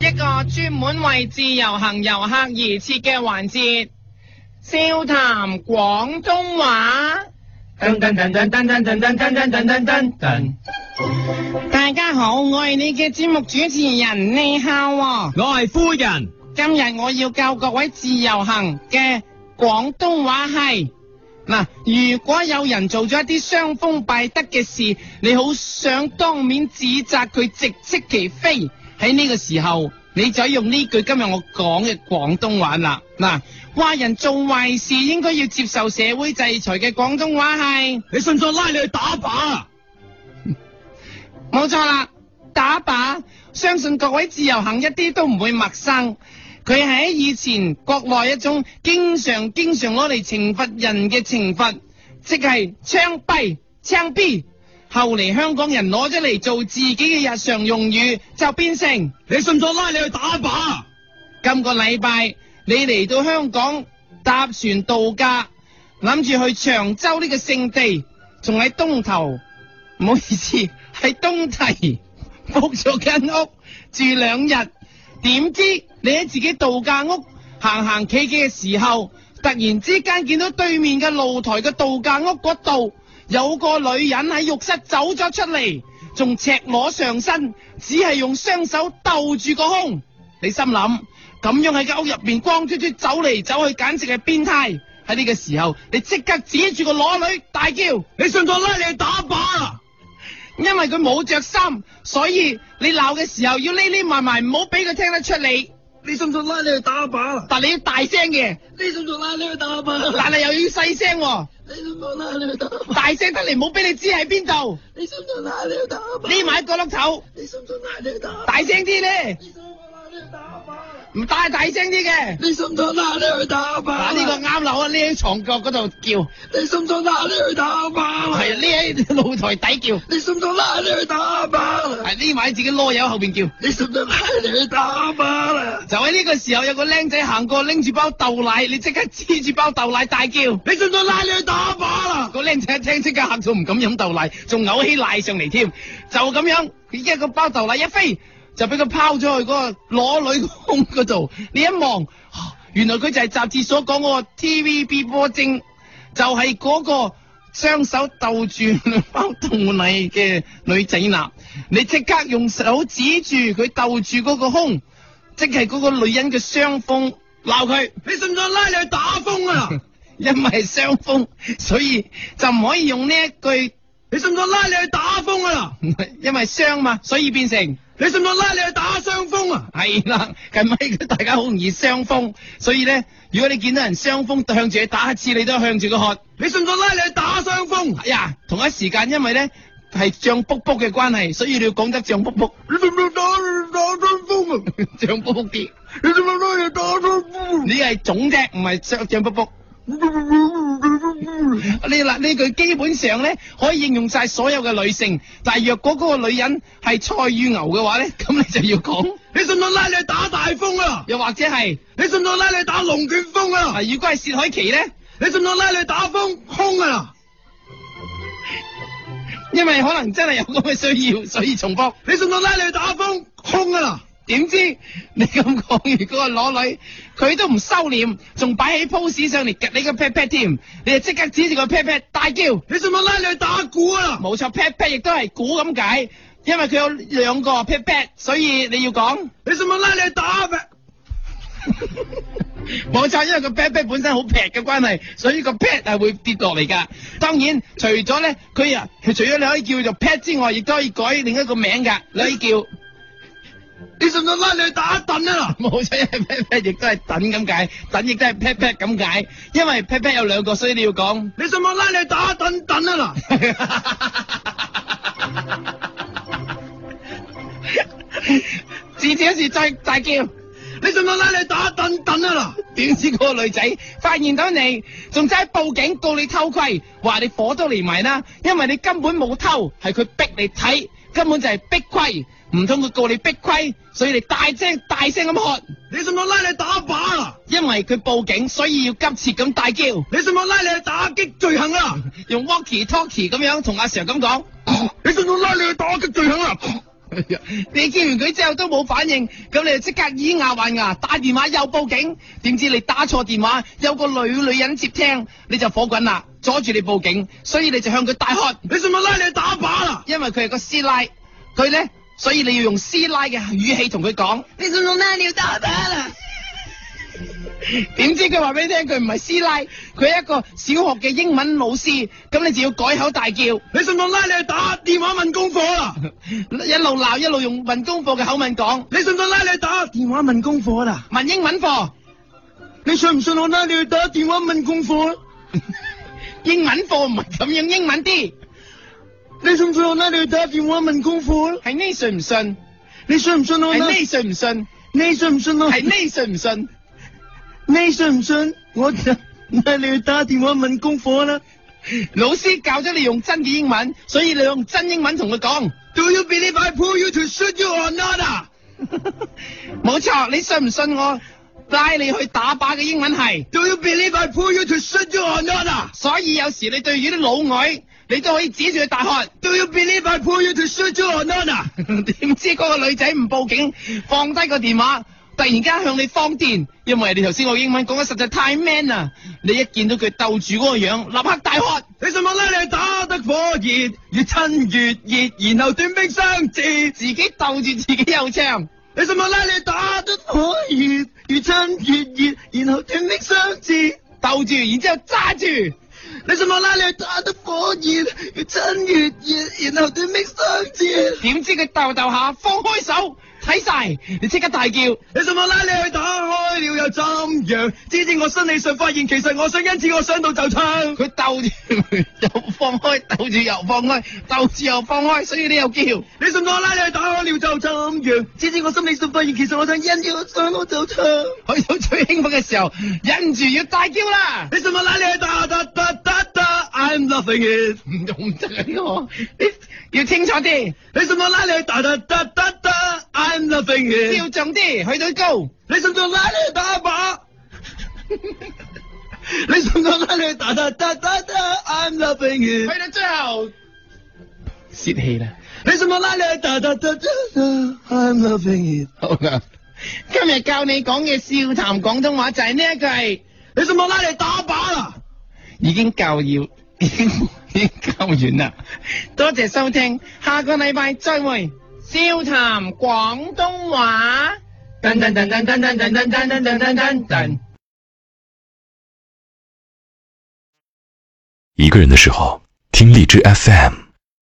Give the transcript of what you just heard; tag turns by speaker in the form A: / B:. A: 個專門為自由行遊客而設嘅環節，笑談廣東話。
B: 噔噔噔噔噔噔噔噔噔噔噔噔
A: 大家好，我係你嘅節目主持人你孝喎。
B: 我係夫人，
A: 今日我要教各位自由行嘅廣東話係嗱，如果有人做咗一啲傷風敗德嘅事，你好想當面指責佢，直斥其非。喺呢個時候，你就用呢句今日我講嘅廣東話啦。嗱，話人做壞事應該要接受社會制裁嘅廣東話係
B: 你信唔信拉你去打靶？
A: 冇錯啦，打靶，相信各位自由行一啲都唔會陌生。佢係喺以前國內一種經常經常攞嚟懲罰人嘅懲罰，即係槍斃、槍斃。後嚟香港人攞咗嚟做自己嘅日常用語，就變成
B: 你信唔信拉你去打靶？
A: 今個禮拜你嚟到香港搭船度假，諗住去長洲呢個聖地，仲喺東頭，唔好意思，喺東堤 book 咗間屋住兩日，點知你喺自己度假屋行行企企嘅時候，突然之間見到對面嘅露台嘅度假屋嗰度有個女人喺浴室走咗出嚟，仲赤裸上身，只係用雙手兜住個胸。你心諗咁樣喺間屋入邊光脫脫走嚟走去，簡直係變態。喺呢個時候，你即刻指住個裸女大叫，因
B: 你信唔信拉你去打靶？
A: 為佢冇着衫，所以你鬧嘅時候要匿匿埋埋，唔好俾佢聽得出你。
B: 你信唔信拉你去打靶？
A: 但你要大聲嘅，
B: 你信唔信拉你去打靶？
A: 但係又要細聲喎，
B: 你信唔信拉你去打靶？
A: 大聲得嚟唔好俾你知喺邊度，
B: 你信唔信拉你去打靶？
A: 匿埋喺角落頭，
B: 你信唔信拉你去打靶？
A: 大聲啲咧，
B: 你信唔信拉你去打靶？
A: 唔大大聲啲嘅。
B: 你信唔信拉你去打靶？
A: 嗱呢個啱啦，我匿喺床角嗰度叫，
B: 個你信唔信拉你去打靶？
A: 係匿喺露台底叫，
B: 你信唔信拉你去打靶啦？
A: 係匿埋喺自己囉柚後邊叫。
B: 你信唔信拉你去打靶啦？
A: 就喺呢個時候，有個僆仔行過，拎住包豆奶，你即刻黐住包豆奶大叫。
B: 你信唔信拉你去打靶啦？
A: 個僆仔一聽即刻嚇到唔敢飲豆奶，仲嘔起奶上嚟添。就咁樣，佢一個包豆奶一飛，就俾佢拋咗去嗰個裸女個胸嗰度。你一望，啊原來佢就係雜誌所講嗰個 TVB 波精，就係、嗰個雙手鬥住兩包豆奶嘅女仔啦。你即刻用手指住佢鬥住嗰個胸，即係嗰個女人嘅雙峰，鬧佢。
B: 你信唔信拉你去打風啊？
A: 因為係傷風，所以就唔可以用呢一句，
B: 你信唔信拉你去打風啊？
A: 因為傷嘛，所以變成
B: 你信唔信拉你去打傷風啊？
A: 係啦， 近咪大家好容易傷風，所以咧，如果你見到人傷風向住佢打乞嗤，你都向住佢喝。
B: 你信唔信拉你去打傷風？
A: 哎呀，同一時間因為咧係脹卜卜嘅關係，所以你要講得脹卜卜，
B: 你信唔信打打傷風啊？
A: 脹卜卜啲。
B: 你信唔信拉你去打傷風？啊
A: 你係腫啫，唔係脹脹卜卜。呢嗱呢句基本上咧可以應用晒所有嘅女性，但係若果嗰個女人係菜與牛嘅話咧，咁你就要講。
B: 你信唔信拉你去打大風啊？
A: 又或者係
B: 你信唔信拉你去打龍捲風啊
A: 啊，？如果係薛凱琪咧，
B: 你信唔信拉你去打風空啊？
A: 因為可能真係有咁嘅需要，所 以重複。
B: 你信唔信拉你去打風空啊？
A: 點知你咁講完嗰個裸女，佢都唔收斂，仲擺起 pose 上嚟夾你個 pat pat 添，你就即刻指住個 pat pat 大叫，
B: 你信唔信拉你去打鼓啊？
A: 冇錯 pat pat 亦都係鼓咁解，因為佢有兩個 pat pat，所以你要講。
B: 你信唔信拉你去打咩？
A: 冇錯，因為個 pat pat 本身好劈嘅關係，所以個 pat 係會跌落嚟㗎。當然，除咗咧，佢啊，除咗你可以叫做 pat 之外，亦都可以改另一個名㗎，你可以叫。
B: 你信唔信拉你去打凳啊？
A: 冇錯，因為 pat pat 亦都係等咁解，等亦都係 pat pat 咁解，因為 pat pat 有兩個，所以你要講。
B: 你信唔信拉你去打凳凳啊？
A: 自此一時再大叫，
B: 你信唔信拉你去打凳凳啊？
A: 點知嗰個女仔發現到你，仲真係報警告你偷窺，話你火都嚟埋啦，因為你根本冇偷，係佢逼你睇，根本就係逼窺，唔通佢告你逼窺，所以你大聲大聲咁喝，
B: 你信唔信拉你打靶啊？
A: 因為佢報警，所以要急切咁大叫，
B: 你信唔信拉你去打擊罪行啊？
A: 用 walkie talkie 咁樣同阿 Sir 咁講。
B: 你信唔信拉你去打擊罪行啊？
A: 你叫完佢之後都冇反應，咁你就即刻以牙還牙，打電話又報警，點知你打錯電話，有個女女人接聽，你就火滾啦，阻住你報警，所以你就向佢大喝，
B: 你信唔信拉你去打靶啊啦？
A: 因為佢係個師奶，佢咧，所以你要用師奶嘅語氣同佢講。
B: 你信唔信拉你去打靶啊啦？
A: 點知佢話俾你聽，佢唔係師奶，佢係一個小學嘅英文老師，咁你就要改口大叫。
B: 你信唔信拉你去打電話問功課啦？
A: 一路鬧一路用問功課嘅口吻講，
B: 你信唔信拉你去打電話問功課啦？
A: 問英文課、
B: 你信唔信我拉你去打電話問功啊課啦？
A: 英文課唔係咁樣，英文啲
B: 你信唔信我拉你去打電話問功課啦？
A: 係呢信唔信？
B: 你信唔信我
A: 係
B: 拉？
A: 呢信唔信？
B: 你信唔信我？
A: 係呢信唔信？
B: 你信唔信我拉你去打電話問功啊課啦
A: 老師教咗你用真嘅英文，所以你用真英文同佢講。
B: ？Do you believe I pull you to shoot you or not 啊？
A: 冇錯，你信唔信我拉你去打靶嘅英文係？
B: Do you believe I pull you to shoot you or not 啊
A: 所以有時你對住啲老外，你都可以指住佢大喝。
B: ？Do you believe I pull you to shoot you or not 啊？
A: 點知嗰個女仔唔報警，放低個電話，突然間向你放電，因為你頭先個英文講得實在太 man 啦！你一見到佢鬥住嗰個樣，立刻大喝。
B: 你信唔信咧？你打得火熱，越親越熱，然後短兵相接。
A: 自己鬥住自己又唱，
B: 你信唔信咧？你打得火熱，越親越熱，然後短兵相接。
A: 鬥住，然之後揸住，
B: 你信唔信咧？你打得火熱，越親越熱，然後短兵相接。
A: 點知佢鬥鬥下放開手，睇晒，你即刻大叫，
B: 你信唔信咧？你去打開了又怎樣？只知我心理上發現，其實我想，因此我想到就唱。
A: 佢鬥住又放開，鬥住又放開，鬥住又放開，所以你又叫。
B: 你信唔信我拉你去打開了就怎樣？只知我心理上發現，其實我想因住我想我就唱。
A: 去到最興奮嘅時候，忍唔住要大叫啦！
B: 你信唔信拉你去打打打打打？I'm loving it。
A: 唔用得啊呢個，你要清楚啲，
B: 你信唔信拉你去打打打打打？I'm loving it。
A: 標準啲，去到高。
B: 你信唔信拉你去打靶？你信唔信拉你去打打打打打？I'm loving it。
A: 去到最後，泄氣啦。
B: 你信唔信拉你去打打打打打？I'm loving it。
A: 好啦，今日教你講嘅笑談廣東話就係呢一句，
B: 你信唔信拉你打靶啦？
A: 已經教要， 已經已經教完啦。多謝收聽，下個禮拜再會。笑談廣東話。
B: 噔噔噔噔噔噔噔噔噔噔噔噔噔。
C: 一个人的时候，听荔枝 FM。